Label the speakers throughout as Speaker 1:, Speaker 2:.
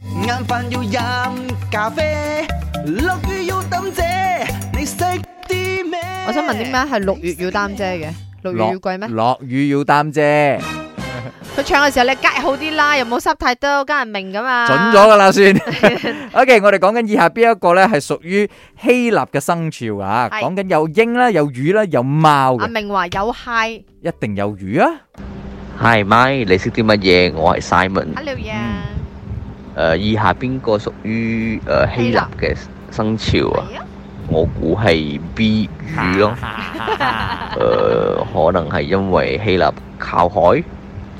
Speaker 1: 晏飯要飲咖啡，落雨要擔遮，你識啲咩？
Speaker 2: 我想問點解係六月要擔遮嘅？六月
Speaker 3: 落
Speaker 2: 要貴咩？
Speaker 3: 落雨要擔遮，
Speaker 2: 佢唱嘅時候你隔好啲啦，又冇濕太多，梗係明噶嘛。
Speaker 3: 準咗。噶 啦算。OK，我哋講緊以下邊一個咧係屬於希臘嘅生肖啊，
Speaker 2: 係
Speaker 3: 講緊有鷹啦、有魚啦、有貓
Speaker 2: 阿
Speaker 3: 嘅，
Speaker 2: 明話有蟹，
Speaker 3: 一定有魚啊。
Speaker 4: Hi Mike，你識啲乜嘢？我係 Simon。
Speaker 2: 阿
Speaker 4: 誒、
Speaker 2: 廖嘢，
Speaker 3: 嗯
Speaker 4: 以下邊個屬於誒、呃希臘嘅生肖啊？
Speaker 2: 係啊，
Speaker 4: 我估係 B 魚咯。誒、可能係因為希臘靠海，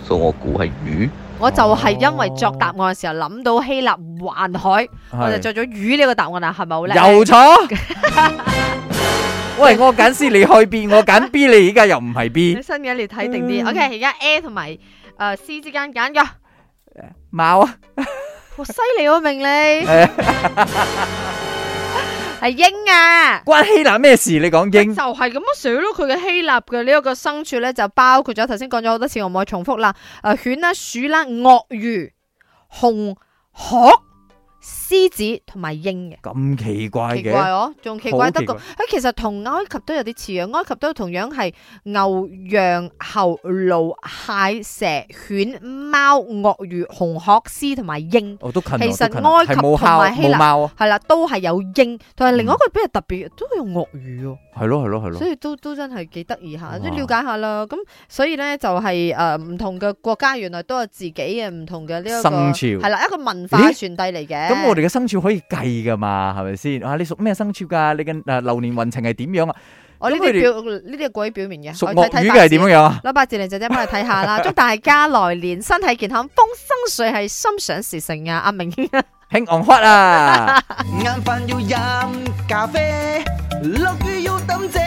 Speaker 4: 所以我估係魚。
Speaker 2: 我就係因為作答案嘅時候諗到希臘環海，我
Speaker 3: 係
Speaker 2: 就作咗魚呢個答案啊，係咪好叻？
Speaker 3: 又 錯。喂，我揀 C，你去 B，我揀 B，你而家又唔係 B
Speaker 2: 你新嘅你睇定
Speaker 3: 嗯
Speaker 2: 啲。OK，而家 A 同埋誒 C 之間 揀咗，
Speaker 3: 貓啊。
Speaker 2: 哇犀利喎明 你
Speaker 3: 誒
Speaker 2: 係鷹啊！
Speaker 3: 關希臘咩事？你講
Speaker 2: 就係
Speaker 3: 英
Speaker 2: 咁啊樣寫咯，佢嘅希臘嘅呢一個牲畜咧，就包括咗頭先講咗好多次，我唔可以重複啦。誒、犬啦、鼠啦、鱷魚、紅鶴、獅子同埋鷹嘅。
Speaker 3: 咁奇怪
Speaker 2: 奇怪
Speaker 3: 嘅，
Speaker 2: 哦，仲奇怪得過
Speaker 3: 好
Speaker 2: 誒
Speaker 3: 奇，
Speaker 2: 其實同埃及都有啲似啊嘅，埃及都同樣係牛、羊、猴、驢、蟹、蛇、犬、貓、鱷魚、紅鶴、獅同埋鷹。
Speaker 3: 我都近
Speaker 2: 其
Speaker 3: 喎，
Speaker 2: 實
Speaker 3: 都近喎
Speaker 2: 埃及
Speaker 3: 係冇
Speaker 2: 同
Speaker 3: 烤
Speaker 2: 埋希臘
Speaker 3: 冇貓啊，
Speaker 2: 係啦，都係有鷹，同埋另外一個比較特別嘅，都有鱷魚喎。
Speaker 3: 係咯係咯係咯
Speaker 2: 所。以都都真係幾得意下，
Speaker 3: 哇
Speaker 2: 即係了解下啦。咁所以咧就係誒唔同嘅國家原來都有自己嘅唔同嘅呢一個
Speaker 3: 生肖
Speaker 2: 係啦，一個文化
Speaker 3: 咦
Speaker 2: 傳遞嚟嘅。
Speaker 3: 咁我哋嘅生肖可以計噶嘛，係咪先？啊，你屬咩生肖㗎？你嘅誒流年運程係點樣啊？
Speaker 2: 我呢
Speaker 3: 咁佢
Speaker 2: 啲
Speaker 3: 哋
Speaker 2: 表呢啲係過於表面嘅，
Speaker 3: 屬
Speaker 2: 我睇
Speaker 3: 鱷
Speaker 2: 睇八
Speaker 3: 魚嘅係
Speaker 2: 字
Speaker 3: 點樣樣啊？
Speaker 2: 攞八字嚟姐姐幫你睇下啦，祝大家來年身體健康，風生水起，心想事成啊！阿明，
Speaker 3: 興昂屈啊！
Speaker 1: 晏飯要飲咖啡，落雨要擔遮，